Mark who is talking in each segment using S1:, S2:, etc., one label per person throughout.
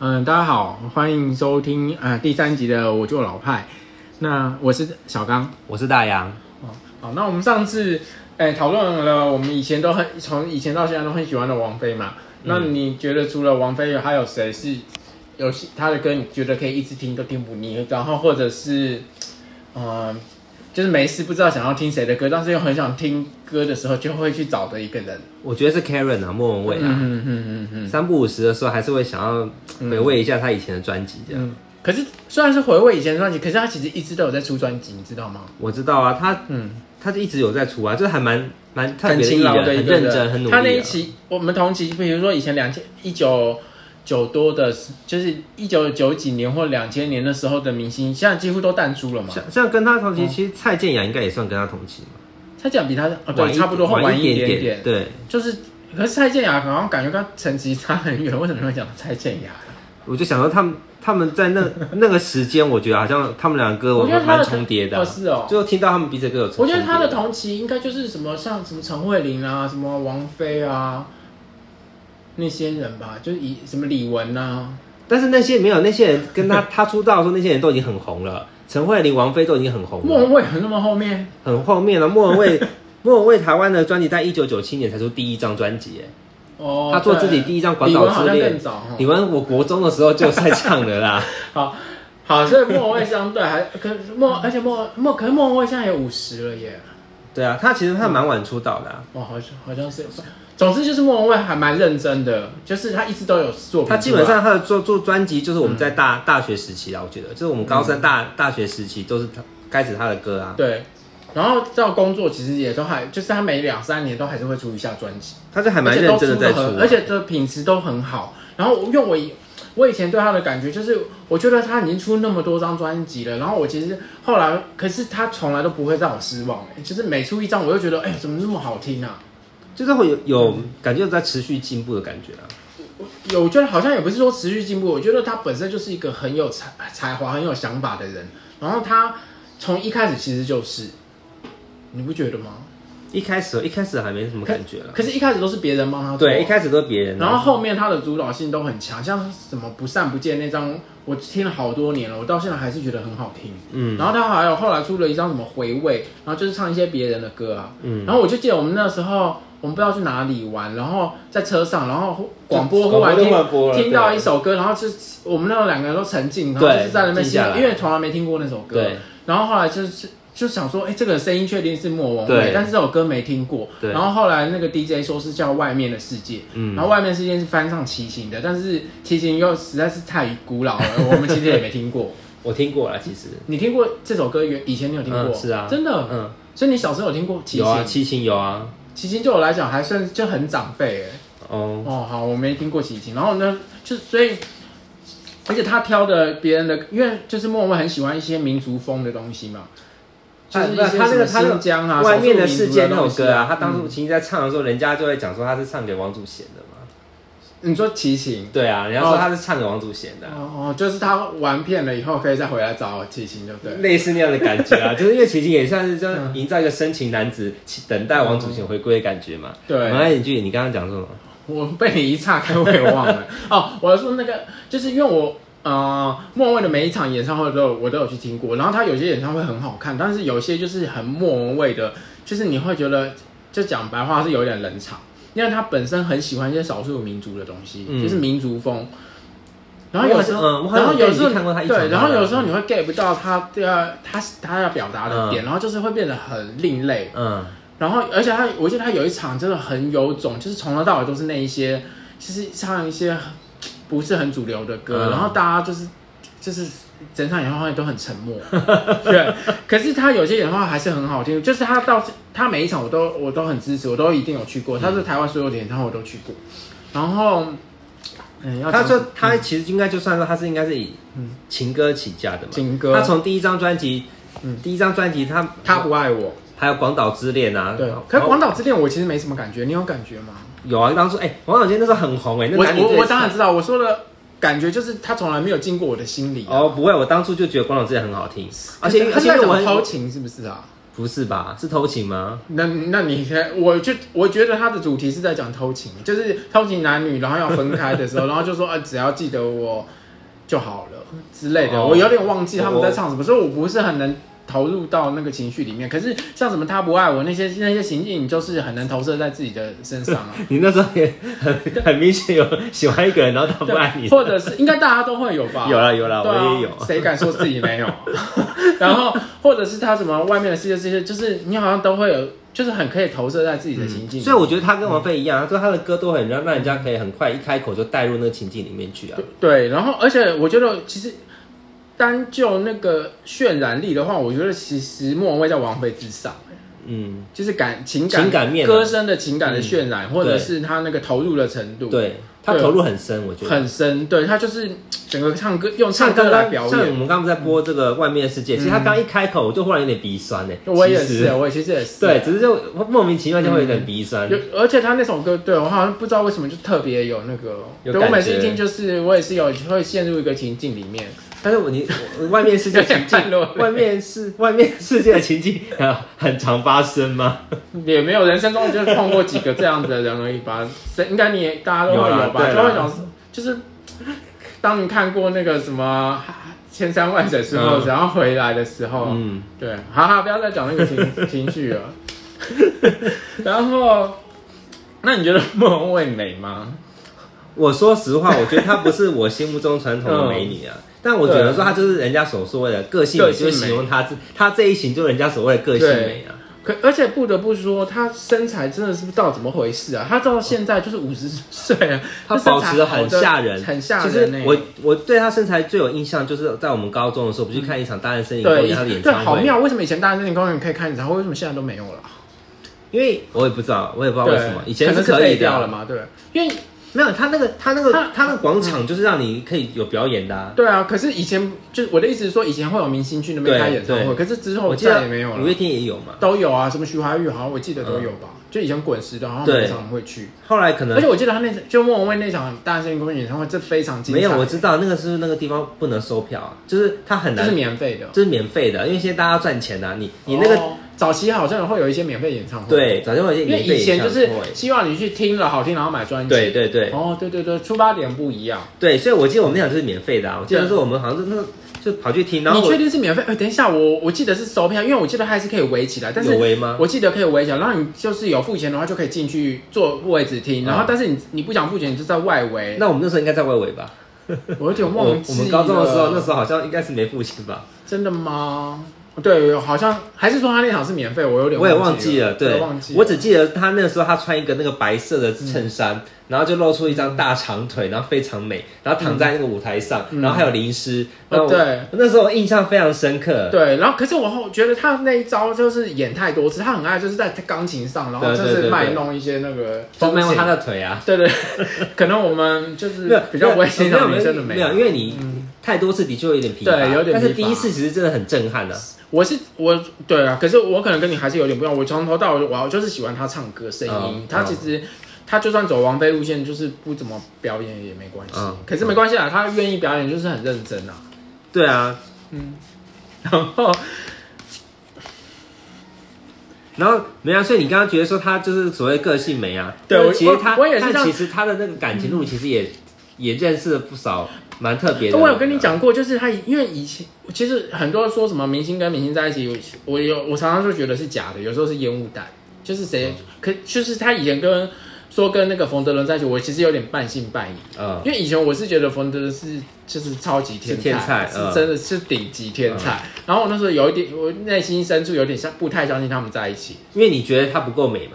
S1: 嗯、大家好，欢迎收听呃第三集的《我就老派》。那我是小刚。
S2: 我是大洋，
S1: 好，那我们上次哎讨论了我们以前都很从以前到现在都很喜欢的王菲嘛。那你觉得除了王菲，还有谁是有喜她的歌？你觉得可以一直听都听不腻，然后或者是嗯、呃就是没事不知道想要听谁的歌，但是又很想听歌的时候，就会去找的一个人。
S2: 我觉得是 Karen 啊，莫文蔚啊，
S1: 嗯嗯嗯嗯。
S2: 三不五时的时候还是会想要回味一下他以前的专辑啊这样。
S1: 嗯，可是虽然是回味以前的专辑，可是他其实一直都有在出专辑，你知道吗？
S2: 我知道啊，他
S1: 嗯，
S2: 他就一直有在出啊，就是还蛮蛮特
S1: 很
S2: 别的艺
S1: 勤劳
S2: 人，
S1: 的一
S2: 很
S1: 个人，
S2: 认真，很努力、啊。
S1: 他那一期，我们同期，比如说以前两千一九九多的，就是一九九几年或两千年的时候的明星，现在几乎都淡出了嘛。
S2: 像像跟他同
S1: 嗯
S2: 期，其实蔡健雅应该也算跟他同期嘛，
S1: 他讲比他哦，对，
S2: 晚一
S1: 差不多会晚
S2: 晚
S1: 一
S2: 一
S1: 点
S2: 点
S1: 点，
S2: 对，
S1: 就是。可是蔡健雅好像感觉跟成绩差很远，为什么你会讲蔡健雅？
S2: 我就想说他们他们在那 那个时间，我觉得好像他们两个歌
S1: 我觉得他的
S2: 蛮重叠的、啊
S1: 哦，是哦，
S2: 就听到他们彼此的歌有重
S1: 我觉得
S2: 重
S1: 他
S2: 叠
S1: 的同期应该就是什么像什么陈慧琳啊，什么王菲啊那些人吧，就是以什么李玟啊，
S2: 但是那些没有那些人跟他他出道的时候，那些人都已经很红了，陈慧琳、王菲都已经很红了。
S1: 莫文蔚有那么后面，
S2: 很后面了。莫文蔚， 莫文蔚台湾的专辑在一九九七年才出第一张专辑，哎
S1: 哦，
S2: 他做
S1: 对
S2: 自己第一张广
S1: 李
S2: 岛
S1: 玟好
S2: 之
S1: 像
S2: 恋
S1: 更。早。
S2: 你们我国中的时候就在唱 了啦，
S1: 好，好，所以莫文蔚相对还可是莫，而且莫莫，可是莫文蔚现在也五十了耶。
S2: 对啊，他其实他蛮晚出道的、啊，
S1: 哦，好像好像是，总之就是莫文蔚还蛮认真的，就是他一直都有作品出来。
S2: 他基本上他的做做专辑就是我们在大、
S1: 嗯
S2: 大学时期啊，我觉得就是我们高三大、大学时期都是他开始他的歌啊，
S1: 对，然后到工作其实也都还，就是他每两三年都还是会出一下专辑。
S2: 他是还蛮
S1: 而且都
S2: 认真的在出
S1: 得
S2: 啊、
S1: 很而且这品质都很好。然后因为我以我以前对他的感觉就是，我觉得他已经出那么多张专辑了，然后我其实后来，可是他从来都不会让我失望、欸，就是每出一张，我就觉得，哎、怎么那么好听啊？
S2: 就是会有有感觉有在持续进步的感觉啊。
S1: 有，我觉得好像也不是说持续进步，我觉得他本身就是一个很有才才华、很有想法的人，然后他从一开始其实就是，你不觉得吗？
S2: 一开始一开始还没什么感觉了，
S1: 可是，一开始都是别人帮他做，
S2: 对，一开始都是别人啊，
S1: 然后后面他的主导性都很强，像什么不散不见那张，我听了好多年了，我到现在还是觉得很好听。
S2: 嗯
S1: 然后他还有后来出了一张什么回味，然后就是唱一些别人的歌啊。
S2: 嗯，
S1: 然后我就记得我们那时候，我们不知道去哪里玩，然后在车上，然后广播忽然
S2: 广播就
S1: 听
S2: 忽然播了
S1: 听到一
S2: 对
S1: 首歌，然后就我们那时候两个人都沉浸，然后
S2: 对
S1: 就是在那边
S2: 静
S1: 欣
S2: 下来
S1: 赏，因为从来没听过那首歌。
S2: 对。
S1: 然后后来就是就想说，哎、这个声音确定是莫文蔚
S2: 对，
S1: 但是这首歌没听过。
S2: 对
S1: 然后后来那个 DJ 说是叫《外面的世界》，
S2: 嗯
S1: 然后《外面的世界》是翻唱齐秦的，但是齐秦又实在是太古老了， 我们其实也没听过。
S2: 我听过了，其实
S1: 你听过这首歌原以前你有听过？
S2: 嗯是啊
S1: 真的。
S2: 嗯，
S1: 所以你小时候有听过齐
S2: 有啊，
S1: 秦？
S2: 七星有啊，
S1: 齐秦对我来讲还算就很长辈哎。
S2: 哦，
S1: 哦，好，我没听过齐秦。然后呢，就所以，而且他挑的别人的，因为就是莫文蔚很喜欢一些民族风的东西嘛，就是一
S2: 哎那
S1: 些
S2: 他那个
S1: 什么新疆啊、
S2: 外面的
S1: 世
S2: 世界
S1: 界
S2: 那首歌啊，他当
S1: 时
S2: 初其实在唱的时候，人家就会讲说他是唱给王祖贤的嘛，
S1: 嗯你说齐秦。
S2: 对啊，人家
S1: 哦
S2: 说他是唱给王祖贤的啊，
S1: 哦哦，就是他玩遍了以后，可以再回来找齐秦，对不对？
S2: 类似那样的感觉 啊，就是因为齐秦也算是就是
S1: 嗯
S2: 营造一个深情男子期等待王祖贤回归的感觉嘛。
S1: 对
S2: 麻烦你句，你刚刚讲什么？
S1: 我被你一岔开，我也忘了。 哦，我说那个，就是因为我呃，莫文蔚的每一场演唱会都有我都有去听过，然后他有些演唱会很好看，但是有些就是很莫文蔚的，就是你会觉得，就讲白话是有点冷场，因为他本身很喜欢一些少数民族的东西，
S2: 嗯
S1: 就是民族风。然后有时
S2: 我好像嗯
S1: 候，
S2: 我好像
S1: 然后有时候
S2: 有看过他一场
S1: 对，然后
S2: 他的
S1: 有时候你会 get 不到他对啊，他他要表达的点，然后就是会变得很另类。
S2: 嗯，
S1: 然后，而且他，我记得他有一场真的很有种，就是从头到尾都是那一些，就是唱一些不是很主流的歌，
S2: 嗯
S1: 然后大家就是就是整场演唱会都很沉默。 对，可是他有些演唱会还是很好听，就是他到他每一场我都我都很支持，我都一定有去过，他是台湾所有的演唱会我都去过。然后，嗯，要讲
S2: 他说他其实应该就算说他是应该是以情歌起家的嘛，
S1: 情歌
S2: 他从第一张专辑，第一张专辑嗯他
S1: 他不爱我，
S2: 还有广岛之恋啊，
S1: 对
S2: 然后。
S1: 可是广岛之恋我其实没什么感觉，你有感觉吗？
S2: 有啊，当初哎，王小贱那时候很红哎、那
S1: 我
S2: 男女
S1: 我
S2: 对
S1: 我当然知道，我说的感觉就是他从来没有进过我的心里啊、
S2: 哦，不会，我当初就觉得《广岛之恋》很好听，而且
S1: 他是
S2: 而且
S1: 那
S2: 因为
S1: 种
S2: 我
S1: 偷
S2: 很
S1: 情是不是啊？
S2: 不是吧？是偷情吗？
S1: 那那你看，我就我觉得他的主题是在讲偷情，就是偷情男女，然后要分开的时候，然后就说啊，只要记得我就好了之类的。
S2: 哦
S1: 我有点忘记他们在
S2: 我
S1: 唱什么，所以我不是很能投入到那个情绪里面。可是像什么他不爱我那些那些情境，你就是很能投射在自己的身上 啊。
S2: 你那时候也很很明显有喜欢一个人，然后他不爱你。
S1: 或者是应该大家都会有吧？
S2: 有啦有啦，
S1: 对啊
S2: 我也有。
S1: 谁敢说自己没有？ 然后或者是他什么外面的世界这些，就是你好像都会有，就是很可以投射在自己的情境里面。
S2: 嗯所以我觉得他跟王菲一样，他说他的歌都很让让人家可以很快一开口就带入那个情境里面去啊。
S1: 对，然后而且我觉得其实单就那个渲染力的话，我觉得其实莫文蔚在王菲之上，
S2: 嗯，
S1: 就是感情感
S2: 情感面啊
S1: 歌声的情感的渲染，或者
S2: 对
S1: 是他那个投入的程度，，
S2: 对，他投入很深，我觉得。
S1: 很深。对他就是整个唱歌用唱
S2: 像
S1: 歌
S2: 刚
S1: 来
S2: 刚
S1: 表
S2: 像我
S1: 演，
S2: 们刚刚在播这个外面的世界，其实他刚一开口，我就忽然有点鼻酸呢。
S1: 我也
S2: 其
S1: 是，
S2: 实，
S1: 我其实也是，
S2: 对，只是就莫名其妙就会有点鼻酸。
S1: 有，而且他那首歌，对我好像不知道为什么就特别有那个，
S2: 有
S1: 对我
S2: 感
S1: 每次一
S2: 觉
S1: 听就是我也是有会陷入一个情境里面，
S2: 但是我你我外面世界 情
S1: 有点半落
S2: 境，
S1: 泪
S2: 外面世外面世界的情境很很常发生吗？
S1: 也没有人生中就是碰过几个这样子的人而已吧，谁应该你也大家都会
S2: 有啦
S1: 有吧，
S2: 对
S1: 就
S2: 啦
S1: 会想说就是当你看过那个什么千山万水之后，
S2: 嗯
S1: 然后回来的时候，
S2: 嗯，
S1: 对，好好不要再讲那个情 情绪了。然后，那你觉得莫文蔚美吗？
S2: 我说实话，我觉得她不是我心目中传统的美 女啊。但我只能说，她就是人家所说的个性美，
S1: 个性
S2: 就
S1: 美
S2: 是形容她这她这一型，就是人家所谓的个性美啊。
S1: 可而且不得不说，她身材真的是不知道怎么回事啊！她到现在就是五十岁 了，
S2: 她保持得很吓人，
S1: 很吓
S2: 其
S1: 人欸
S2: 实
S1: 呢、
S2: 我我对她身材最有印象，就是在我们高中的时候，我们去看一场《大人森林公
S1: 对
S2: 园》她的演
S1: 对，
S2: 唱
S1: 好
S2: 会，
S1: 妙！为什么以前大家森林公园可以看演唱会，为什么现在都没有了？
S2: 因为我也不知道，我也不知道为什么，
S1: 对
S2: 以前
S1: 可能
S2: 可以
S1: 废
S2: 的
S1: 掉
S2: 啊
S1: 了。嘛？对，因为
S2: 没有，她那个她那个
S1: 她
S2: 她那个广场就是让你可以有表演的啊。
S1: 对啊，可是以前就是我的意思是说，以前会有明星去那边
S2: 对
S1: 开演唱会，
S2: 对
S1: 可是之后
S2: 我记嗯得
S1: 再也没有
S2: 五月
S1: 了。
S2: 天也有嘛。
S1: 都有啊，什么徐怀钰好像我记得都有吧，就以前滚石的，然后
S2: 对
S1: 每场会去，
S2: 后来可能
S1: 而且我记得他那就莫文蔚那场大森林公园演唱会，这非常精彩，
S2: 没有，我知道那个是那个地方不能收票啊，就是它很
S1: 这
S2: 难，
S1: 是免费的，
S2: 就是免费的，因为现在大家赚钱啊，你你那个、
S1: 哦早期好像会有一些免费演唱会，，
S2: 对，早就有一些
S1: 因为
S2: 免费
S1: 以前就
S2: 演
S1: 是
S2: 唱会
S1: 希望你去听了好听，然后买专辑，
S2: 对对对
S1: 哦，对对对，出发点不一样。
S2: 对，所以我记得我们那场就是免费的啊，我记得说我们好像是那个就跑去听，然后
S1: 你确
S2: 我
S1: 定是免费？哎，等一下，我我记得是收票，因为我记得它还是可以围起来，但
S2: 有
S1: 是
S2: 围吗？
S1: 我记得可以围起来，然后你就是有付钱的话就可以进去坐位置听，然后
S2: 嗯
S1: 但是你你不想付钱，你就在外围。
S2: 那我们那时候应该在外围吧？
S1: 我有点
S2: 我
S1: 忘记
S2: 我们高中的时候，那时
S1: 候
S2: 候好像应该是没付钱吧？
S1: 真的吗？对，好像还是说他那场是免费，我有点
S2: 我也忘记了，
S1: 了，
S2: 对，
S1: 忘记了，
S2: 我只记得他那时候他穿一个那个白色的衬衫，然后就露出一张大长腿，然后非常美，然后躺在那个舞台上，
S1: 嗯
S2: 然后还有淋湿，
S1: 哦
S2: 然后我
S1: 对
S2: 那时候我印象非常深刻，
S1: 对，然后可是我后觉得他那一招就是演太多次，他很爱就是在钢琴上，然后就
S2: 对对
S1: 是
S2: 对
S1: 卖弄一些那个
S2: 都没有
S1: 风
S2: 他
S1: 险
S2: 的腿啊，
S1: 对对，对 可能我们就是
S2: 没有
S1: 比较不会欣赏女
S2: 没有
S1: 生的美啊嗯
S2: 没。有，因为你太多次的确有点疲乏，
S1: 对有点
S2: 但是
S1: 疲
S2: 第
S1: 乏
S2: 一次其实真的很震撼的、啊，
S1: 我是我对啊，可是我可能跟你还是有点不一样。我从头到尾，我就是喜欢他唱歌声音。
S2: 嗯
S1: 他其实、他就算走王菲路线，就是不怎么表演也没关系。
S2: 嗯
S1: 可是没关系啊，他愿意表演就是很认真啊。
S2: 对啊，
S1: 然后
S2: 然后没啊，所以你刚刚觉得说他就是所谓个性美啊，
S1: 对
S2: 但
S1: 我
S2: 其实他
S1: 我我也是这
S2: 但
S1: 样嗯
S2: 其实他的那个感情路其实也、也认识了不少蛮特别的，
S1: 哦
S2: 啊
S1: 我有跟你。讲过，就是他因为以前其实很多说什么明星跟明星在一起，我我有我常常就觉得是假的，有时候是烟雾弹，就是谁、
S2: 嗯
S1: 可就是他以前跟说跟那个冯德伦在一起，我其实有点半信半疑。
S2: 嗯，
S1: 因为以前我是觉得冯德是就是超级天才，
S2: 是天才
S1: 是
S2: 嗯
S1: 真的是顶级天才。然后我那时候有一点，我内心深处有点像不太相信他们在一起。
S2: 因为你觉得她不够美嘛？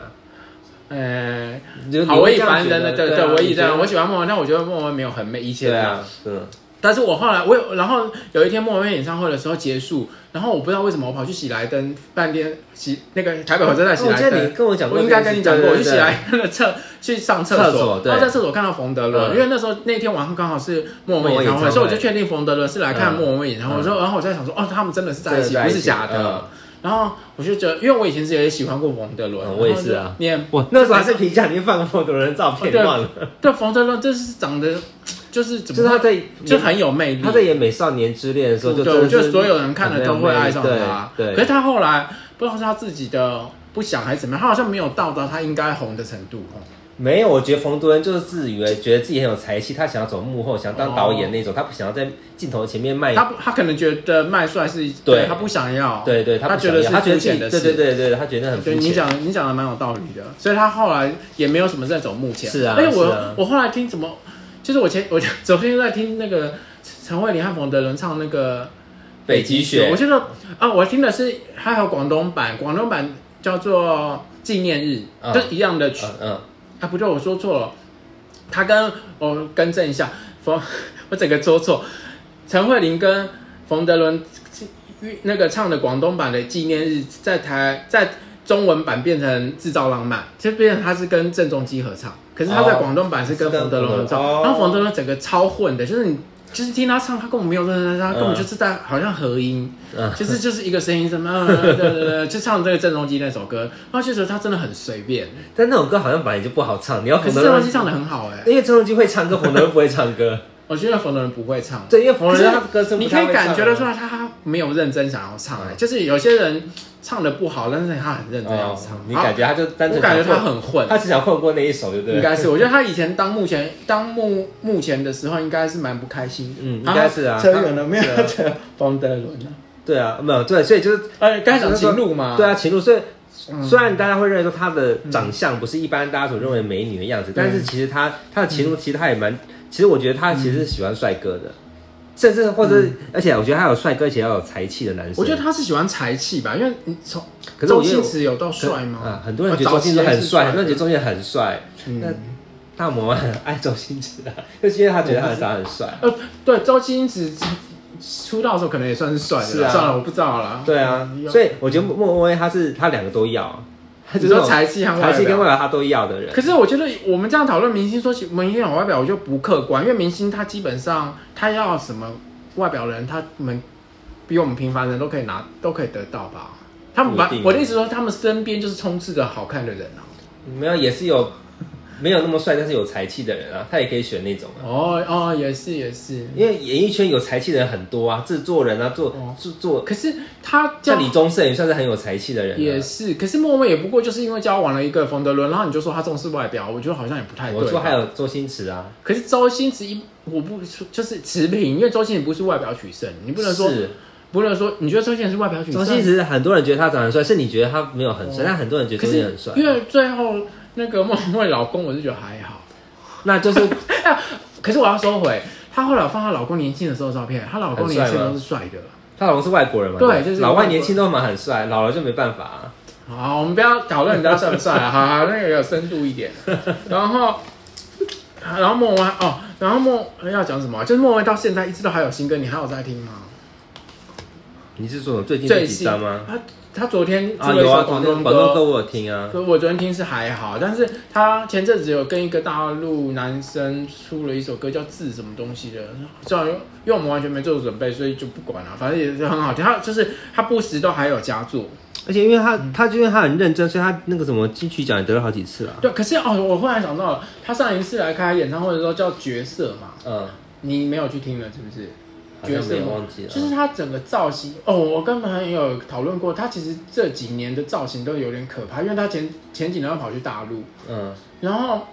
S1: 呃，
S2: 你就
S1: 好，我以凡人的，
S2: 的，
S1: 对
S2: 啊
S1: 对，我以
S2: 你觉得
S1: 凡，我喜欢莫文蔚，但我觉得莫文蔚没有很美，以前
S2: 对
S1: 啊。
S2: 啊，嗯，
S1: 但是我后来我有，然后有一天莫文蔚演唱会的时候结束，然后我不知道为什么我跑去喜来登饭店洗那个台北火车站喜
S2: 我
S1: 来
S2: 记得
S1: 登
S2: 你。跟我讲过
S1: 我
S2: 哦这
S1: 应该
S2: 件事，
S1: 跟你讲过，我
S2: 对
S1: 去
S2: 对
S1: 喜来登的厕去上厕
S2: 厕所对
S1: 然后在厕所看到冯德伦，
S2: 嗯
S1: 因为那时候那天晚上刚好是莫文蔚演唱
S2: 莫文蔚演唱
S1: 会，
S2: 会
S1: 所以我就确定冯德伦是来看
S2: 嗯
S1: 莫文蔚演唱会。
S2: 嗯
S1: 我说，然后我在想说，哦，他们真的是在一起，
S2: 真的在
S1: 不
S2: 一起
S1: 是假的
S2: 嗯。
S1: 然后我就觉得，因为我以前是也喜欢过冯德伦
S2: 嗯，我也是啊
S1: 然后就你也
S2: 我那时候还是评价你放过的人照片
S1: 哦对
S2: 忘了，
S1: 对冯德伦，就是长得就是
S2: 就
S1: 怎
S2: 是
S1: 么
S2: 他在
S1: 就很有魅力，
S2: 他在演《美少年之恋》的时候，就
S1: 对，
S2: 真
S1: 我
S2: 的
S1: 觉得
S2: 是
S1: 所有人看了都会爱上他。
S2: 对对
S1: 可是他后来不知道是他自己的不想还是怎么样，他好像没有到达他应该红的程度哦。
S2: 没有，我觉得冯多恩就是自以为觉得自己很有才气，他想要走幕后，想当导演那种，他不想要在镜头前面卖。
S1: 他不他可能觉得卖帅是
S2: 对
S1: 他不想要，
S2: 对对，他
S1: 他
S2: 不
S1: 觉
S2: 想
S1: 得
S2: 要
S1: 是
S2: 他觉得
S1: 肤
S2: 自己
S1: 浅的
S2: 对对
S1: 事。
S2: 对对，他觉得很
S1: 对
S2: 肤
S1: 你
S2: 浅。
S1: 讲你讲的蛮有道理的，所以他后来也没有什么在走幕前。哎
S2: 是啊
S1: 而且我、
S2: 是啊
S1: 我后来听怎么，就是我前 我昨天在听那个陈慧琳和冯德伦唱那个
S2: 北极
S1: 我
S2: 雪，
S1: 觉得啊，我听的是还有广东版，广东版叫做纪念日，
S2: 嗯
S1: 就是一样的曲
S2: 嗯嗯，
S1: 啊，不对，我说错了，他跟我更正一下，冯我整个说错，陈慧琳跟冯德伦那个唱的广东版的纪念日，在台在中文版变成制造浪漫，就变成他是跟郑中基合唱，可是他在
S2: 哦
S1: 广东版是跟
S2: 是跟
S1: 冯德伦合唱，
S2: 冯德伦哦
S1: 然后冯德伦整个超混的，就是你。就是听他唱，他根本没有认真唱，他根本
S2: 嗯
S1: 就是在好像合音，
S2: 嗯
S1: 就是就是一个声音什么，嗯对对对，就唱这个郑中基那首歌，然后就觉得他真的很随便，
S2: 但那种歌好像本来就不好唱，你要
S1: 可
S2: 冯
S1: 是
S2: 德
S1: 郑中基
S2: 伦，
S1: 唱的很好哎、
S2: 因为郑中基会唱歌，冯德伦不会唱歌。
S1: 我觉得冯德伦不会唱，
S2: 对，因为冯
S1: 可
S2: 德
S1: 是
S2: 伦他歌声
S1: 你
S2: 不
S1: 可
S2: 太
S1: 以
S2: 会唱啊哦
S1: 感觉得出来他没有认真想要唱、哎，就是有些人唱的不好，但是他很认真要
S2: 哦
S1: 唱。，
S2: 你感觉他就单
S1: 好？我
S2: 纯
S1: 感觉
S2: 想
S1: 他
S2: 混
S1: 很混，
S2: 他只想混过那一首，对不
S1: 应
S2: 对？
S1: 该是。我觉得他以前当幕前当幕幕前的时候，应该是蛮不开心的。
S2: 嗯应该是啊
S1: 扯远了，没有 扯冯德伦啊。
S2: 对啊，没有对，所以就是
S1: 呃，该讲情路嘛。
S2: 对
S1: 啊，
S2: 啊，秦露，所以虽然大家会认为说她的长相不是一般大家所认为美女的样子，但是其实她她的秦露其实她也蛮，其实我觉得她其实是喜欢帅哥的，甚至或者是而且我觉得她有帅哥，而且要有才气的男生。
S1: 我觉得他是喜欢才气吧，因为你从
S2: 可是我
S1: 周
S2: 觉得
S1: 星驰有到帅吗？
S2: 啊，很多人
S1: 啊
S2: 觉得周星驰很帅，
S1: 早期也
S2: 很多人觉
S1: 是
S2: 得周星驰很帅，
S1: 嗯
S2: 那大魔王很爱周星驰啊， 就是因为他觉得他长得很帅。
S1: 呃，对，周星驰出道的时候可能也算是帅的啦，
S2: 是啊
S1: 算了，我不知道啦。
S2: 对啊，所以我觉得莫莫文蔚他是他两个都要，他
S1: 你
S2: 就是那
S1: 说
S2: 种
S1: 才气和
S2: 才气跟
S1: 外
S2: 外
S1: 表。
S2: 表他都要的人
S1: 可。是我觉得我们这样讨论明星，说起明星有外表，我就不客观，因为明星他基本上他要什么外表的人，他们比我们平凡人都可以拿，都可以得到吧。他们把
S2: 不一定啊
S1: 我的意思说，他们身边就是充斥着好看的人啊。
S2: 没有，也是有没有那么帅，但是有才气的人啊，他也可以选那种啊。
S1: 哦哦，也是也是。
S2: 因为演艺圈有才气的人很多啊，制作人啊，做
S1: 哦
S2: 制作
S1: 可是他叫
S2: 像李宗盛也算是很有才气的人、啊。
S1: 也是，可是莫文蔚也不过就是因为交往了一个冯德伦，然后你就说他重视外表，我觉得好像也不太对吧。
S2: 我说还有周星驰啊，
S1: 可是周星驰一我不说就是持平，因为周星驰不是外表取胜，你不能说
S2: 是
S1: 不能说，你觉得周星驰是外表取胜？
S2: 周星驰，很多人觉得他长得很帅，是你觉得他没有很帅，
S1: 哦
S2: 但很多人觉得
S1: 可
S2: 周星驰
S1: 是
S2: 很帅，
S1: 因为最后那个莫文蔚老公，我是觉得还好。
S2: 那 就是
S1: 可是我要收回，她后来放她老公年轻的时候的照片，她老公
S2: 很
S1: 年
S2: 帅吗
S1: 轻都是帅的。
S2: 他老公是外国人嘛，
S1: 对
S2: 吧
S1: 就是
S2: 老
S1: 外国
S2: 外
S1: 人
S2: 年轻都蛮很帅，老了就没办法、啊。
S1: 好，我们不要讨论人家帅不帅 啊，好好，那个有深度一点。然后，然后莫文哦，然后莫要讲什么？啊就是莫文蔚到现在一直都还有新歌，你还有在听吗？
S2: 你是说最近这
S1: 最
S2: 几
S1: 新
S2: 张吗？
S1: 他他昨天
S2: 啊，
S1: 出了一
S2: 有啊，
S1: 首
S2: 昨
S1: 广
S2: 天
S1: 东
S2: 广东歌我有听啊，
S1: 所以我昨天听是还好，但是他前阵子有跟一个大陆男生出了一首歌叫《字》什么东西的，虽然因为我们完全没做准备，所以就不管了，反正也是很好听。他就是他不时都还有佳作，
S2: 而且因为他他就因为他很认真，所以他那个什么金曲奖也得了好几次啊。
S1: 对。可是哦，我忽然想到了，他上一次来开演唱会的时候叫《角色》嘛，
S2: 嗯，
S1: 你没有去听了是不是？
S2: 好
S1: 角
S2: 像没
S1: 色
S2: 有
S1: 嘛
S2: 忘记了。
S1: 就是他整个造型哦，我跟朋友有讨论过，他其实这几年的造型都有点可怕，因为他前前几年跑去大陆，
S2: 嗯，
S1: 然后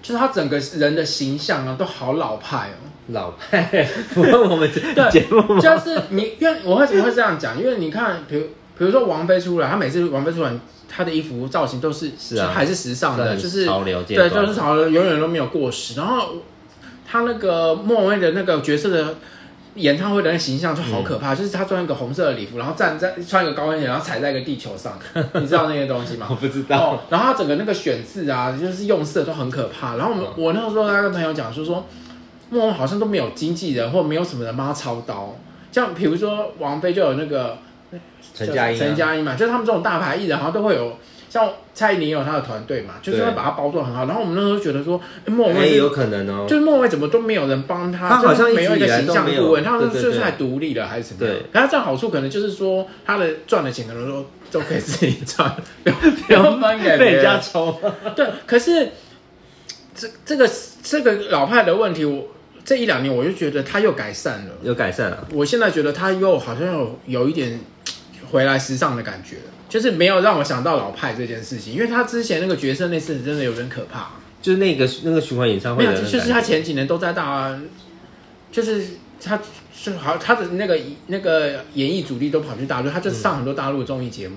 S1: 就是他整个人的形象啊，都好老派 哦。
S2: 老派符合我们这 节目吗？
S1: 就是你，因为我为什么会这样讲？因为你看，比如比如说王菲出来，她每次王菲出来，她的衣服造型都是
S2: 是啊
S1: 还是时尚的，
S2: 很
S1: 就是
S2: 潮流阶
S1: 对，
S2: 段
S1: 就是潮流，永远都没有过时。然后她那个莫文蔚的那个角色的。演唱会的那形象就好可
S2: 嗯
S1: 怕，就是她穿一个红色的礼服，然后站在穿一个高跟鞋，然后踩在一个地球 上，你知道那些东西吗？
S2: 我不知道。
S1: 哦，然后它整个那个选字啊，就是用色都很可怕。然后我
S2: 嗯
S1: 们、我那时候在跟朋友讲，就说莫文好像都没有经纪人或没有什么人帮他操刀，像比如说王菲就有那个
S2: 陈嘉映啊
S1: 陈嘉映嘛，就是他们这种大牌艺人，好像都会有。像蔡依林也有她的团队嘛，就是会
S2: 对
S1: 把它包装很好。然后我们那时候觉得说，诶莫文
S2: 哎，
S1: 蔚是
S2: 有可能哦。
S1: 就是莫文蔚怎么都没有人帮他，
S2: 他好像
S1: 就是
S2: 一
S1: 没
S2: 直
S1: 有一个
S2: 以来
S1: 形
S2: 都
S1: 象
S2: 没有
S1: 顾问，他好像
S2: 对对
S1: 就
S2: 对
S1: 是太独立了还是怎么样
S2: 对？
S1: 可他这样好处可能就是说，他的赚的钱可能都都可以自己 赚，不用不用分给别
S2: 被人家
S1: 人。
S2: 抽，
S1: 对，可是这这个这个老派的问题，我这一两年我就觉得他又改善了。
S2: 有改善了。
S1: 我现在觉得他又好像有有一点回来时尚的感觉，就是没有让我想到老派这件事情，因为他之前那个角色那次真的有点可怕。
S2: 就是那个那个循环演唱
S1: 没
S2: 会的
S1: 有，
S2: 那种
S1: 就是他
S2: 感觉
S1: 前几年都在大，就是他是好他的那个那个演艺主力都跑去大陆，他就上很多大陆的综艺节目。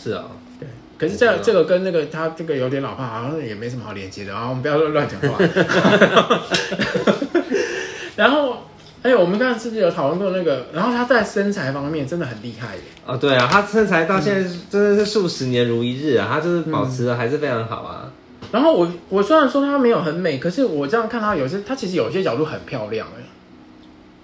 S2: 是啊、
S1: 对，可是
S2: 我
S1: 这
S2: 知道
S1: 这个跟那个他这个有点老派，好像也没什么好连接的啊。我们不要乱讲 话。然后，哎、我们刚刚是不是有讨论过那个？然后他在身材方面真的很厉害耶。
S2: 哦，对啊，他身材到现
S1: 嗯
S2: 在是真的是数十年如一日啊，他就是保持的还是非常好啊。
S1: 然后我我虽然说她没有很美，可是我这样看她有些，她其实有些角度很漂亮哎、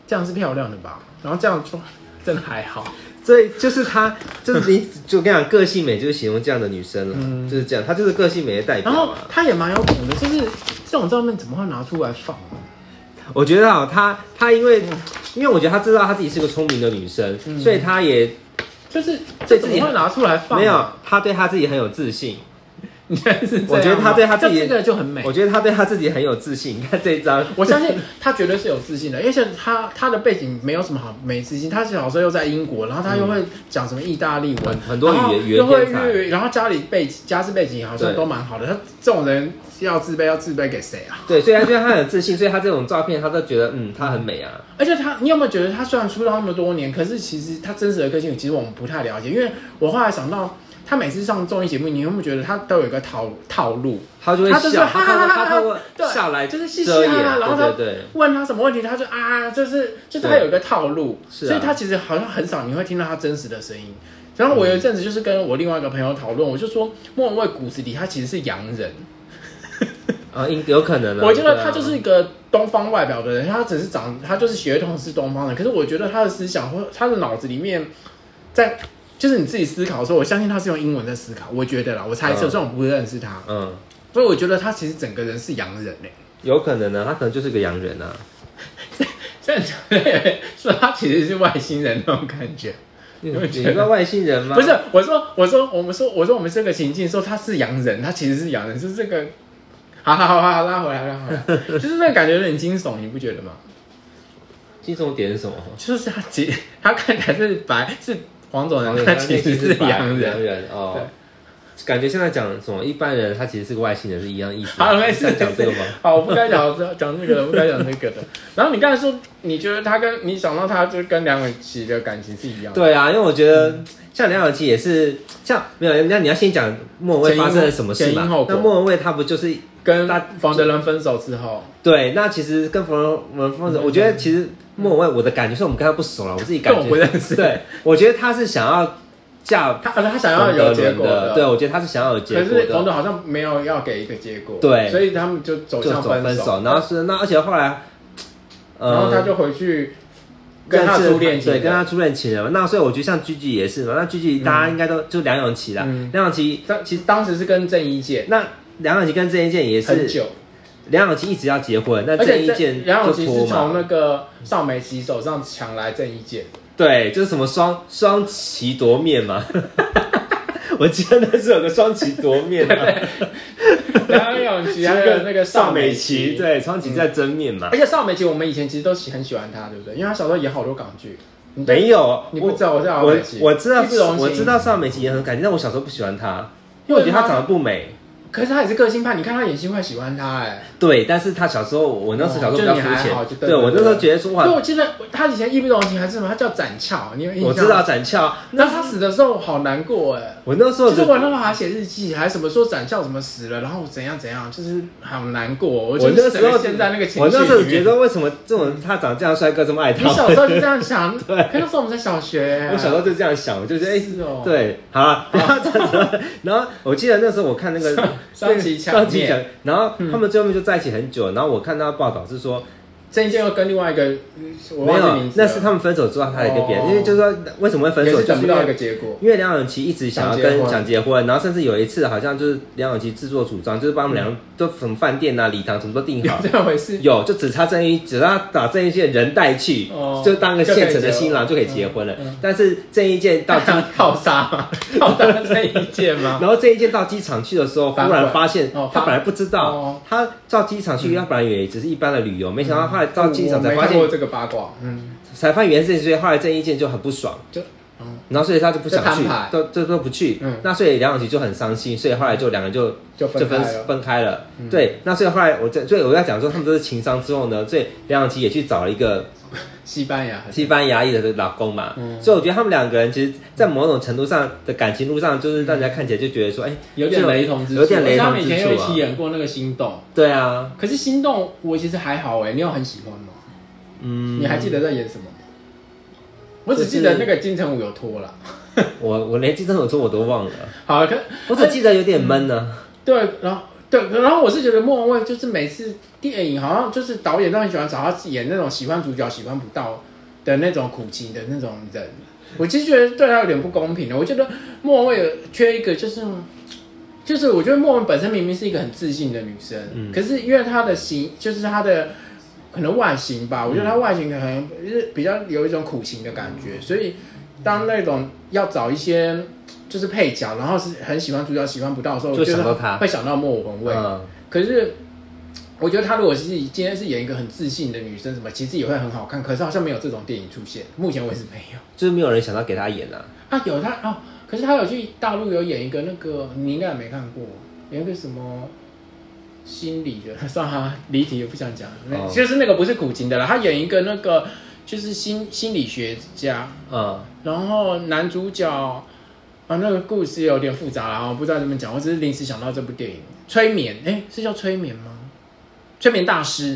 S1: 这样是漂亮的吧？然后这样就真的还好，
S2: 这就是他，就 是你，就我跟你讲，个性美就是形容这样的女生了，
S1: 嗯
S2: 就是这样，她就是个性美的代表
S1: 然后
S2: 啊。
S1: 她也蛮有骨的，就是这种照片怎么会拿出来放啊、
S2: 我觉得啊，她她因为，
S1: 嗯
S2: 因为我觉得她知道她自己是个聪明的女生，所以她也
S1: 就是这
S2: 对
S1: 怎
S2: 自
S1: 么
S2: 己
S1: 会拿出来放、
S2: 没有，，她对她自己很有自信。
S1: 你现在是这样吗
S2: 我觉得她对她自己
S1: 这这个就很美
S2: 我。觉得她对她自己很有自信。你看这一张，
S1: 哎我相信她绝对是有自信的，因为像她她的背景没有什么好没自信，她小时候又在英国，然后她又会讲什么意大利文
S2: 嗯很，很多语言
S1: 然后
S2: 语言
S1: 又会
S2: 天才
S1: 日语，然后家里背景家世背景好像
S2: 对
S1: 都蛮好的，她这种人要自卑要自卑给谁啊？
S2: 对，所以她觉得她很有自信，所以她这种照片，她都觉得嗯，她很美啊。
S1: 而且他，你有没有觉得他虽然出道那么多年，可是其实他真实的个性，其实我们不太了解。因为我后来想到，他每次上综艺节目，你有没有觉得他都有一个套套路？
S2: 她就会
S1: 她就是
S2: 笑，
S1: 哈哈
S2: 她
S1: 哈
S2: 透过
S1: 哈
S2: 她透过
S1: 对
S2: 笑来
S1: 就是嘻嘻
S2: 遮掩，
S1: 哈哈然后她
S2: 对对对。
S1: 问他什么问题，他就啊，就是就是他
S2: 对
S1: 有一个套路，
S2: 是啊
S1: 所以他其实好像很少你会听到他真实的声音。然后我有一阵子就是跟我另外一个朋友讨论，我就说莫文蔚骨子里他其实是洋人，
S2: 啊，应有可能啊。
S1: 我觉
S2: 对
S1: 得
S2: 啊
S1: 他就是一个东方外表的人，他只是长，他就是血统是东方的，可是我觉得他的思想或他的脑子里面在，就是你自己思考的时候，我相信他是用英文在思考，我觉得啦，我猜测，
S2: 嗯
S1: 虽然我不认识他，
S2: 嗯，
S1: 所以我觉得他其实整个人是洋人欸 嘞、
S2: 有可能呢、啊他可能就是个洋人啊。
S1: 这 样讲说他其实是外星人那种感觉，
S2: 你
S1: 会觉
S2: 你
S1: 得
S2: 知道外星人吗？
S1: 不是，我说我说我们说我说我们这个情境说他是洋人，他其实是洋人，是这个， 好好好好拉回来拉回 来，就是那个感觉有点惊悚，你不觉得吗？
S2: 惊悚点是什么？
S1: 就是他其 他看起来是白是黄种人，他
S2: 他
S1: 其实是洋
S2: 洋
S1: 人。
S2: 人哦。感觉现在讲什么一般人，他其实是个外星人是一样意思。
S1: 好，没事
S2: 在讲这个
S1: 没
S2: 吗
S1: 事？好，我不该讲这讲这个的，我不该讲这个 的。然后你刚才说，你觉得他跟你想到他就跟梁咏琪的感情是一样的，
S2: 对啊，因为我觉得
S1: 嗯
S2: 像梁咏琪也是像没有，那你要先讲莫文蔚发生了什么事
S1: 前因
S2: 嘛
S1: 后？果
S2: 那莫文蔚她不就是
S1: 跟
S2: 他
S1: 黄德伦分手之后，
S2: 对？那其实跟冯文凤，
S1: 嗯
S2: 我觉得其实莫文蔚我的感觉是我们跟她不熟了，我自己感
S1: 跟
S2: 觉
S1: 我不认识，
S2: 对，我觉得她是想要嫁
S1: 他他想要
S2: 冯
S1: 有
S2: 德
S1: 结
S2: 伦
S1: 果
S2: 的，对，我觉得他是想要有结
S1: 可
S2: 果
S1: 是冯
S2: 的，
S1: 德好像没有要给一个结果，
S2: 对
S1: 所以他们就走
S2: 就
S1: 向
S2: 走分手，然后是那而且后来，呃，
S1: 然后他就回去跟他
S2: 认识
S1: 初恋情
S2: 对，
S1: 人，
S2: 跟他初恋情人嘛，那所以我觉得像居居也是嘛，那居居大家应该都、就梁咏琪啦
S1: 嗯，
S2: 梁咏琪
S1: 他其实当时是跟郑伊健
S2: 那梁咏琪跟郑伊健也
S1: 很
S2: 是，
S1: 久。
S2: 梁咏琪一直要结婚，那
S1: 而
S2: 郑
S1: 且
S2: 伊健
S1: 梁
S2: 就
S1: 咏琪
S2: 拖
S1: 是从
S2: 嘛，
S1: 那个邵美琪手上抢来郑伊 健，
S2: 对，就是什么双双旗夺面嘛。 我记得那时候有个双旗夺 面嘛，
S1: 梁咏琪还有那个邵
S2: 邵
S1: 美
S2: 美
S1: 琪，
S2: 琪，。对，双旗在争面嘛
S1: 而。且邵美琪，我们以前其实都喜很喜欢她，对不对？因为她小时候演好多港剧，你
S2: 没有，
S1: 嗯你不
S2: 我
S1: 知道我知道邵
S2: 我
S1: 美琪，
S2: 我知道
S1: 玉之龙，
S2: 我
S1: 情
S2: 知道，邵美琪也很感情，但我小时候不喜欢她，因为我觉得她长得不美。
S1: 可是她也是个性派，你看她演戏会喜欢她哎。
S2: 对，但是她小时候，我那时候小时候
S1: 哦就
S2: 比较肤
S1: 你还
S2: 浅
S1: 好就，对
S2: 对我那时候觉得说
S1: 因为
S2: 哇，
S1: 我记得她以前《义不容情》还是什么，她叫展俏，你有印象？
S2: 我知道。展翘，
S1: 那她死的时候好难过哎。
S2: 我那时候
S1: 就是
S2: 就
S1: 我那时候还写日记，还什么说展校怎么死了，然后怎样怎样，就是好难过。我
S2: 我
S1: 就是
S2: 那时候
S1: 现在那个情
S2: 我
S1: 绪
S2: 那时候
S1: 里
S2: 觉
S1: 面，
S2: 得为什么这种他长这样帅哥这么爱
S1: 你
S2: 他？
S1: 小
S2: 我
S1: 时候就这样想，可那时候我们在小学、啊
S2: 小时候就这样 想，我就觉得哎。
S1: 是哦，，
S2: 对，好了， 不要这样子。然后我记得那时候我看那个
S1: 双旗
S2: 那个
S1: 抢
S2: 双旗
S1: 面，
S2: 抢，然后他们最后面就在一起很久。然后我看到报道是说，
S1: 郑伊健又跟另外一个，嗯我
S2: 没
S1: 忘记
S2: 有啊
S1: 名，字了，
S2: 那是他们分手之后他还跟别人，
S1: 哦
S2: 因为就是说为什么会分
S1: 也
S2: 手，
S1: 是
S2: 就
S1: 等
S2: 是
S1: 不
S2: 因
S1: 到一
S2: 为
S1: 个结果。
S2: 因为梁咏琪一直想要
S1: 想结
S2: 跟
S1: 婚
S2: 想结婚，然后甚至有一次好像就是梁咏琪自作主张，就是帮我们俩都什么饭店啊、礼堂什么都订
S1: 有
S2: 好，
S1: 这回事，
S2: 有，就只差郑伊，只要把郑伊健人带去，
S1: 哦
S2: 就当个现成的新郎就可以结婚了。
S1: 嗯嗯
S2: 但是郑伊健到
S1: 大
S2: 机，
S1: 家套杀嘛，套杀郑伊健吗？
S2: 然后郑伊健到机场去的时候，忽
S1: 反悔
S2: 然发现
S1: 哦
S2: 他
S1: 反
S2: 本来不知道，
S1: 哦
S2: 他到机场去，他本来以为只是一般的旅游，没想到后来到机场
S1: 我哦
S2: 才
S1: 没
S2: 发
S1: 看
S2: 现，
S1: 过这个八卦，嗯，
S2: 才发现原来是这件事情，所以后来郑伊健就很不爽，
S1: 就
S2: 然后所以他就不想去
S1: 就摊牌，
S2: 都这都不去。
S1: 嗯
S2: 那所以梁咏琪就很伤心，所以后来就两个人就
S1: 就
S2: 就
S1: 分开
S2: 分
S1: 了。嗯
S2: 分开了。对，那所以后来我在，所以我在讲说他们都是情商之后呢，所以梁咏琪也去找了一个
S1: 西班牙还是
S2: 西班牙裔的老公嘛。
S1: 嗯
S2: 所以我觉得他们两个人其实，在某种程度上的感情路上，就是让人家看起来就觉得说，哎、
S1: 有点雷同之处，
S2: 有点雷
S1: 我知道他
S2: 同
S1: 们以
S2: 之
S1: 前有一
S2: 处
S1: 起
S2: 啊。
S1: 演过那个《心动
S2: 对啊，》，
S1: 可是《心动》我其实还好哎，你有很喜欢吗？
S2: 嗯，
S1: 你还记得在演什么吗？我只记得那个金城武有脱了。
S2: 我我连金正有做我都忘 了，
S1: 好，可
S2: 我只记得有点闷呢、
S1: 啊对，然后对，然后我是觉得莫文蔚就是每次电影好像就是导演都很喜欢找他演那种喜欢主角喜欢不到的那种苦情的那种人，我其实觉得对他有点不公平的。我觉得莫文蔚有缺一个就是。就是我觉得莫文本身明明是一个很自信的女生，
S2: 嗯
S1: 可是因为她的形，就是她的可能外形吧，
S2: 嗯
S1: 我觉得她外形可能就是比较有一种苦情的感
S2: 嗯
S1: 觉，所以当那种要找一些就是配角，然后是很喜欢主角喜欢不到的时候，
S2: 就
S1: 我觉得
S2: 想到她
S1: 会想到莫文蔚。
S2: 嗯，
S1: 可是我觉得她如果是今天是演一个很自信的女生，什么其实也会很好看，可是好像没有这种电影出现，目前为止没有。
S2: 就是没有人想到给他演啊。
S1: 啊，有他哦，可是他有去大陆有演一个那个，你应该也没看过，有一个什么心理的，算哈离题，我不想讲，那
S2: 哦
S1: 就是那个不是古今的啦，他演一个那个就是心心理学家，
S2: 嗯，
S1: 然后男主角啊，那个故事有点复杂啦，我不知道怎么讲，我只是临时想到这部电影《催眠》，哎，是叫《催眠》吗？《催眠大师》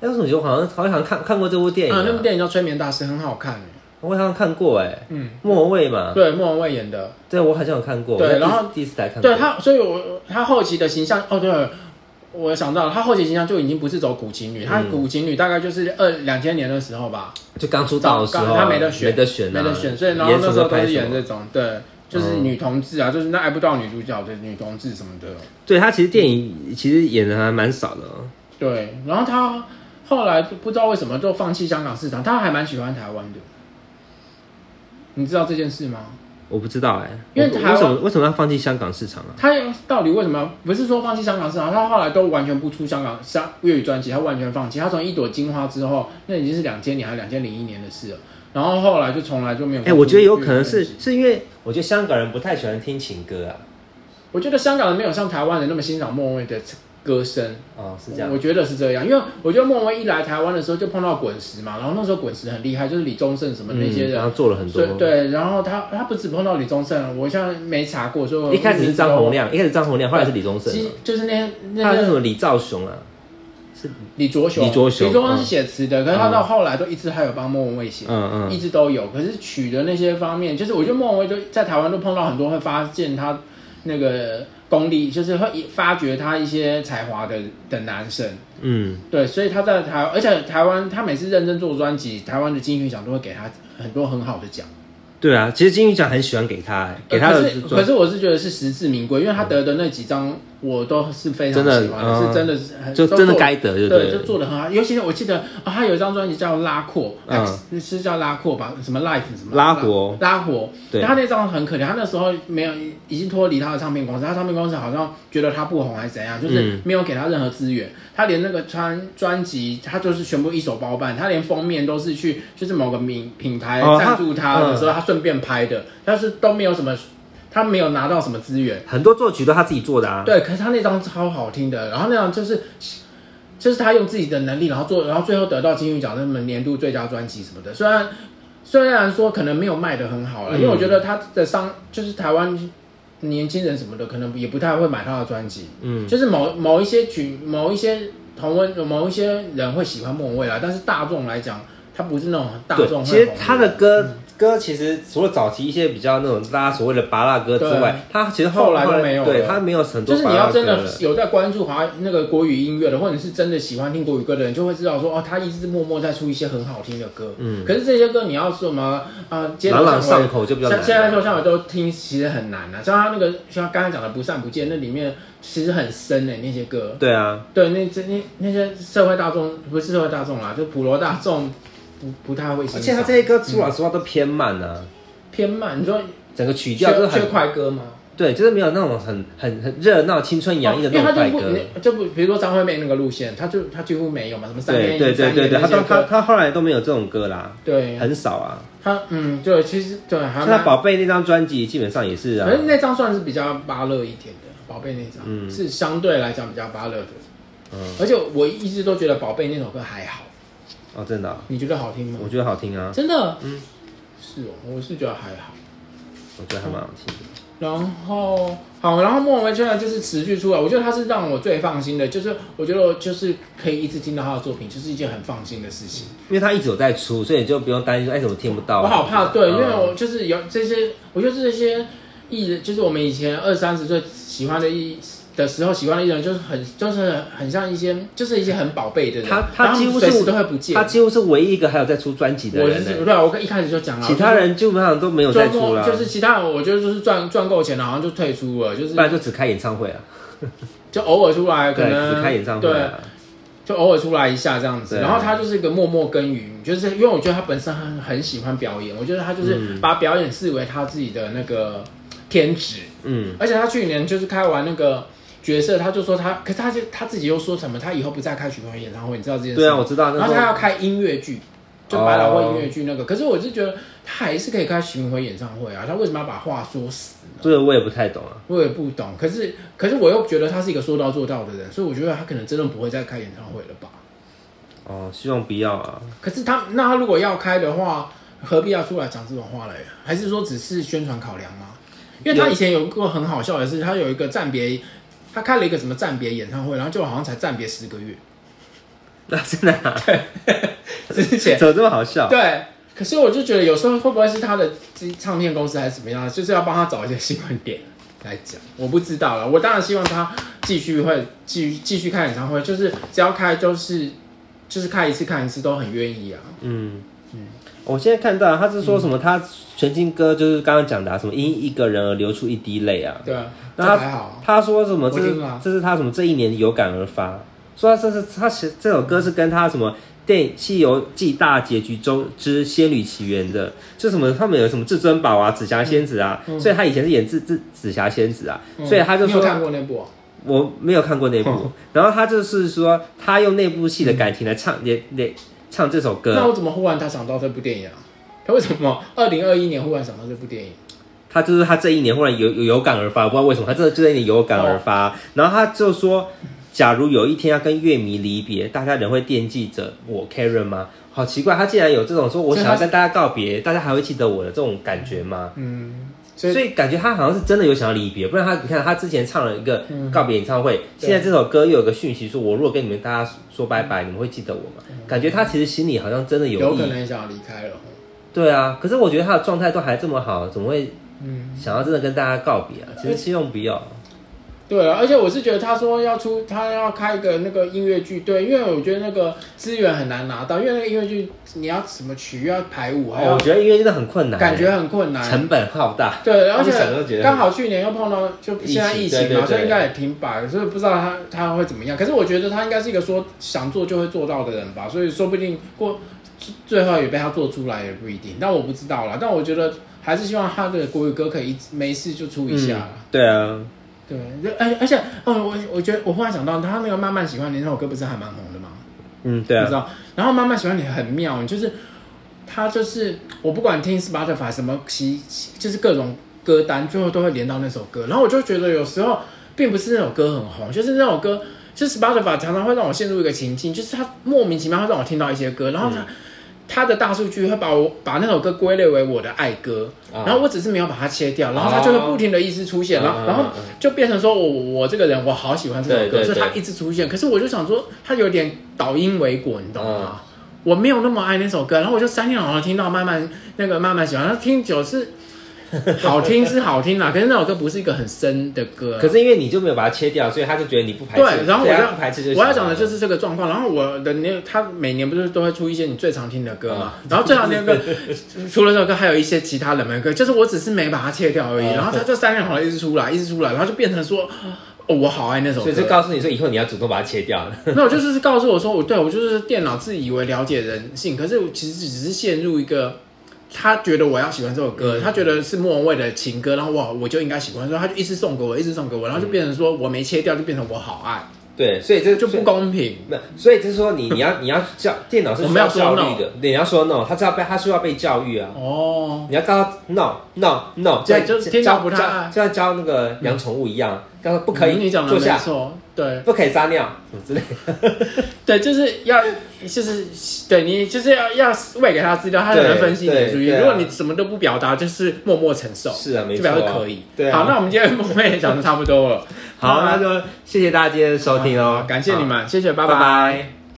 S2: 哎，为什么我好像好像好像看看过这部电影、
S1: 啊，那部电影叫《催眠大师》，很好看，
S2: 我好像看过哎、
S1: 嗯，
S2: 莫文蔚嘛，
S1: 对，莫文蔚演的。
S2: 对我好像有看过，
S1: 对
S2: 我在
S1: 然后
S2: 第一次第一次来看过，
S1: 对他，所以我他后期的形象，哦，对了，我想到了，他后期形象就已经不是走古琴
S2: 嗯
S1: 女，他古琴女大概就是二两千年的时候吧，
S2: 就刚出道的时候
S1: 刚
S2: 啊，
S1: 他没得选，
S2: 没得选、啊，
S1: 没得选，所以然后
S2: 演什
S1: 那
S2: 么
S1: 时候都
S2: 拍
S1: 是
S2: 什
S1: 演
S2: 么嗯
S1: 这种，对，就是女同志啊，就是那爱不到女主角的女同志什么的，
S2: 对他其实电影其实演的还蛮少的、哦，
S1: 对，然后他后来不知道为什么就放弃香港市场，他还蛮喜欢台湾的，你知道这件事吗？
S2: 我不知道哎、
S1: 因为
S2: 我
S1: 台湾
S2: 为什么为什么要放弃香港市场啊？
S1: 他到底为什么不是说放弃香港市场？他后来都完全不出香港香粤语专辑，他完全放弃。他从一朵金花之后，那已经是两千年还是两千零一年的事了。然后后来就从来就没有。
S2: 哎、我觉得有可能
S1: 嗯
S2: 是，是因为我觉得香港人不太喜欢听情歌啊，
S1: 我觉得香港人没有像台湾人那么欣赏莫文蔚的歌声，
S2: 哦是这样
S1: 我，觉得是这样，因为我觉得莫文蔚一来台湾的时候就碰到滚石嘛，然后那时候滚石很厉害，就是李宗盛什么那些
S2: 嗯然后
S1: 人。
S2: 做了很
S1: 所
S2: 多
S1: 以，对，然后他他不止碰到李宗盛，我像没查过，所以我
S2: 一开始是张洪，亮，一开始张洪亮，后来是李宗盛
S1: 其
S2: 啊
S1: 实，就是那那
S2: 后来
S1: 个
S2: 是什么李兆雄啊，
S1: 李卓雄，
S2: 李卓雄
S1: 李卓雄是写词的，可是他到后来都一直还有帮莫文蔚写，
S2: 嗯
S1: 一
S2: 嗯，
S1: 直都有。可是曲的那些方面，就是我觉得莫文蔚就在台湾都碰到很多会发现他那个功力，就是会发掘他一些才华的的男生。
S2: 嗯，
S1: 对，所以他在台，而且台湾他每次认真做专辑，台湾的金曲奖都会给他很多很好的奖。
S2: 对啊，其实金曲奖很喜欢给他、欸，给他
S1: 呃可
S2: 的
S1: 是可
S2: 专
S1: 是我是觉得是实至名归，因为他得的那几张我都是非常
S2: 真的
S1: 喜欢的，
S2: 嗯
S1: 是真的是很
S2: 就
S1: 都
S2: 真的
S1: 做
S2: 该得就
S1: 对，
S2: 对
S1: 就
S2: 了，
S1: 做的很好。尤其是我记得啊、他有一张专辑叫《拉阔》，
S2: 嗯
S1: 嗯，是叫《拉阔》吧？什么 Life 什么
S2: 拉活
S1: 拉活。
S2: 对
S1: 他那张很可怜，他那时候没有已经脱离他的唱片公司，他唱片公司好像觉得他不红还是怎样，就是
S2: 嗯
S1: 没有给他任何资源。他连那个穿专辑，他就是全部一手包办，他连封面都是去就是某个名品牌
S2: 哦他
S1: 赞助他的时候，他顺便拍的，但是都没有什么，他没有拿到什么资源。
S2: 很多作曲都他自己做的啊，
S1: 对，可是他那张超好听的，然后那张就是就是他用自己的能力，然后做，然后最后得到金曲奖那么年度最佳专辑什么的。虽然虽然说可能没有卖的很好了，
S2: 嗯
S1: 因为我觉得他的商就是台湾年轻人什么的，可能也不太会买他的专辑。嗯，就是某某一些曲，某一些同温，某一些人会喜欢莫文蔚啦，但是大众来讲，他不是啊那种大
S2: 对，
S1: 众会红的。嗯
S2: 其实他的歌、歌其实除了早期一些比较那种大家所谓的拔蜡歌之外，他其实后
S1: 后来
S2: 后
S1: 都没有
S2: 来
S1: 了
S2: 对他没有很
S1: 就
S2: 多
S1: 是
S2: 拔
S1: 你
S2: 蜡
S1: 要
S2: 歌
S1: 真
S2: 了
S1: 的。有在关注华那个国语音乐的，或者是真的喜欢听国语歌的人，就会知道说哦，他一直默默在出一些很好听的歌。嗯，可是这些歌你要说什么啊，接
S2: 朗朗上口就比较难
S1: 像。现在说像我都听，其实很难啊。像他那个像刚才讲的《不散不见》，那里面其实很深的、那些歌。
S2: 对啊，
S1: 对，那这那那些社会大众不是社会大众啦，就普罗大众不不太会
S2: 而
S1: 欣
S2: 且他
S1: 赏
S2: 这。些歌说老实话都偏慢啊，
S1: 偏慢，你说
S2: 整个曲调都
S1: 缺缺
S2: 很
S1: 快歌吗？
S2: 对，就是没有那种很很很热闹、青春洋溢的
S1: 哦因为
S2: 那
S1: 他
S2: 种帅
S1: 就
S2: 哥。
S1: 不，就不，比如说张惠妹那个路线，他就他几乎没有嘛，什么三
S2: 对
S1: 天
S2: 对对对对，他
S1: 他
S2: 到他他后来都没有这种歌啦，
S1: 对
S2: 很少啊。
S1: 他嗯对，其实对，还
S2: 像他
S1: 蛮
S2: 宝贝那张专辑基本上也是啊
S1: 可，是那张算是比较芭乐一点的，宝贝那张、
S2: 嗯
S1: 是相对来讲比较芭乐的。而且我一直都觉得宝贝那首歌还好，
S2: 哦，真的啊、
S1: 你觉得好听吗
S2: 我？觉得好听啊，
S1: 真的，嗯，是哦，我是觉得还好。
S2: 我觉得还蛮好听的。
S1: 然后好，然后莫文蔚真的就是持续出来，我觉得他是让我最放心的，就是我觉得我就是可以一直听到他的作品，就是一件很放心的事情。
S2: 因为他一直有在出，所以你就不用担心说哎怎么听不到啊、
S1: 我好怕，对，因为
S2: 嗯
S1: 我就是有这些，我就是这些艺人，就是我们以前二三十岁喜欢的艺的时候喜欢的艺人，就是很就是很像一些就是一些很宝贝的人，
S2: 他
S1: 然
S2: 他
S1: 后
S2: 几乎
S1: 随时
S2: 是
S1: 都会不见。
S2: 他几乎是唯一一个还有在出专辑的
S1: 我
S2: 人、
S1: 是
S2: 呢。
S1: 对啊，我一开始就讲了，
S2: 其他人基本上都没有
S1: 就是
S2: 再
S1: 赚
S2: 出
S1: 够
S2: 啦，
S1: 就是其他人，我觉得就是赚赚够钱了，好像就退出了，就是
S2: 不然就只开演唱会啊，
S1: 就偶尔出来，可
S2: 对，
S1: 能
S2: 只开演唱会
S1: 对
S2: 啊，
S1: 就偶尔出来一下这样子，
S2: 对啊
S1: 然后他就是一个默默耕耘，就是因为我觉得他本身很很喜欢表演，我觉得他就是
S2: 嗯
S1: 把表演视为他自己的那个天职，
S2: 嗯，
S1: 而且他去年就是开完那个角色，他就说他，可是他就他自己又说什么，他以后不再开巡回演唱会，你知道这件事吗？
S2: 对啊，我知道那哦
S1: 然
S2: 时
S1: 后他要
S2: 候
S1: 开音乐剧，就百老汇音乐剧那个，可是我是觉得他还是可以开巡回演唱会啊，他为什么要把话说死？
S2: 这个我也不太懂啊，
S1: 我也不懂，可是可是我又觉得他是一个说到做到的人，所以我觉得他可能真的不会再开演唱会了吧。
S2: 哦，希望不要啊，
S1: 可是他那他如果要开的话，何必要出来讲这种话嘞？还是说只是宣传考量吗？因为他以前有过很好笑的是，他有一个暂别，他开了一个什么暂别演唱会，然后就好像才暂别十个月
S2: 那真的啊、
S1: 之前
S2: 怎么这么好笑？
S1: 对。可是我就觉得有时候会不会是他的唱片公司还是怎么样，就是要帮他找一些新闻点来讲，我不知道了。我当然希望他继续会继续继续开演唱会，就是只要开就是就是开一次看一次都很愿意啊。
S2: 嗯我现在看到啊他是说
S1: 嗯
S2: 什么，他全新歌就是刚刚讲的、啊，什么因一个人而流出一滴泪啊，
S1: 对啊，这
S2: 那他
S1: 还好啊。
S2: 他说什么？这
S1: 我
S2: 是
S1: 听了啊
S2: 这是他什么？这一年有感而发，说他这是他写这首歌是跟他什么电影《西游记》大结局中之《仙女奇缘》的，就什么他们有什么至尊宝啊、紫霞仙子啊，所以他以前是演紫紫紫霞仙子啊，
S1: 嗯
S2: 所以他就
S1: 你有
S2: 说
S1: 看过那部哦、
S2: 我没有看过 那部，然后他就是说他用那部戏的感情来唱也也唱这首
S1: 那
S2: 歌，
S1: 我怎么忽然他想到这部电影啊？他为什么二零二一年忽然想到这部电影？啊
S2: 他就是他这一年忽然有有有感而发，我不知道为什么他真的就在那里有感而发。然后他就说，假如有一天要跟乐迷离别，大家仍会惦记着我 Karen 吗？好奇怪，他竟然有这种说我
S1: 所以
S2: 想
S1: 他
S2: 要跟大家告别，大家还会记得我的这种感觉吗？
S1: 嗯，所
S2: 所
S1: 以
S2: 以感觉他好像是真的有想要离别，不然他你看他之前唱了一个告别演唱会，现在这首歌又有个讯息说，我如果跟你们大家说拜拜，你们会记得我吗？感觉他其实心里好像真的嗯有
S1: 有
S2: 意
S1: 可，能想要离开了哦。
S2: 对啊。可是我觉得他的状态都还这么好，怎么会
S1: 嗯，哎
S2: 想要真的跟大家告别啊，其实希望不要。
S1: 对啊，而且我是觉得他说要出，他要开一个那个音乐剧，对，因为我觉得那个资源很难拿到，因为那个音乐剧你要什么曲要排舞，还
S2: 哦，
S1: 要
S2: 我觉得音乐真的很困难，欸
S1: 感觉很困难。啊
S2: 成本浩大。
S1: 对，而
S2: 光想就觉
S1: 且
S2: 得
S1: 刚好去年又碰到就现在疫
S2: 疫情
S1: 情
S2: 对对
S1: 嘛，
S2: 对
S1: 所以应该也停摆，所以不知道他他会怎么样。可是我觉得他应该是一个说想做就会做到的人吧，所以说不定过最后也被他做出来也不一定，但我不知道啦。但我觉得还是希望他的国语歌可以一直没事就出一下啦。
S2: 嗯，对啊，
S1: 对，而而且哦，我我觉得我忽然想到，他那个慢慢喜欢你那首歌不是还蛮红的吗？
S2: 嗯，对
S1: 你知
S2: 啊，
S1: 道？然后慢慢喜欢你很妙，就是他就是我不管听 Spotify 什么其就是各种歌单，最后都会连到那首歌。然后我就觉得有时候并不是那首歌很红，就是那首歌，就是 Spotify 常常会让我陷入一个情境，就是它莫名其妙会让我听到一些歌，然后它。它的大数据会把我把那首歌归类为我的爱歌，
S2: 啊
S1: 然后我只是没有把它切掉，然后它就会不停的一直出现，然后
S2: 啊
S1: 然后
S2: 嗯嗯
S1: 就变成说我我这个人我好喜欢这首歌，
S2: 对对
S1: 所以它
S2: 对
S1: 一直出现。可是我就想说，它有点倒因为果，你懂啊
S2: 啊
S1: 吗？我没有那么爱那首歌，然后我就三天两头听到慢慢那个慢慢喜欢，然后听久是好听是好听啦，可是那首歌不是一个很深的歌啊。
S2: 可是因为你就没有把它切掉，所以他就觉得你不排斥。
S1: 对，然后我
S2: 对啊
S1: 要
S2: 他不排斥就行
S1: 我要讲的就是这哦个状况。然后我的那他每年不是都会出一些你最常听的歌嘛？
S2: 嗯
S1: 然后最常听的歌除了这首歌，还有一些其他冷门歌，就是我只是没把它切掉而已。
S2: 嗯
S1: 然后他就三天两头一直出来，一直出来，然后就变成说，哦，我好爱那首
S2: 所
S1: 歌
S2: 以。就告诉你说以后你要主动把它切掉了。
S1: 那我就是告诉我说，我对我就是电脑自以为了解人性，可是我其实只是陷入一个他觉得我要喜欢这首
S2: 嗯
S1: 歌，他觉得是莫文蔚的情歌，然后哇，我就应该喜欢，所以他就一直送给我，一直送给我，然后就变成说我没切掉，就变成我好爱，
S2: 对，所以这
S1: 就不公平。
S2: 没有，所以就是说你你要你要教电脑是
S1: 我
S2: 需
S1: 们要
S2: 要
S1: 说
S2: 教
S1: no
S2: 育的，对你要说 no，他是要被他需要被教育啊。
S1: 哦，
S2: 你要告诉他 no no no，
S1: 对
S2: 像
S1: 就是天道
S2: 教
S1: 不太
S2: 教
S1: 爱
S2: 就像教那个养宠物一样，告诉他不可以
S1: 嗯你讲的
S2: 坐
S1: 没
S2: 下，
S1: 错，对
S2: 不可以撒尿什么之类的。
S1: 对，就是要就是对你就是要要喂给他资料，他才能
S2: 对
S1: 分析你的
S2: 对
S1: 注意。
S2: 对啊
S1: 如果你什么都不表达，就是默默承受，
S2: 是啊，没
S1: 就
S2: 错
S1: 表示
S2: 啊，
S1: 可以。
S2: 对
S1: 好，
S2: 啊，
S1: 那我们今天 我们也讲的差不多了，
S2: 好，那就谢谢大家今天的收听
S1: 好
S2: 哦，
S1: 感谢你
S2: 好，
S1: 们，谢谢，拜
S2: 拜
S1: 拜。
S2: 拜。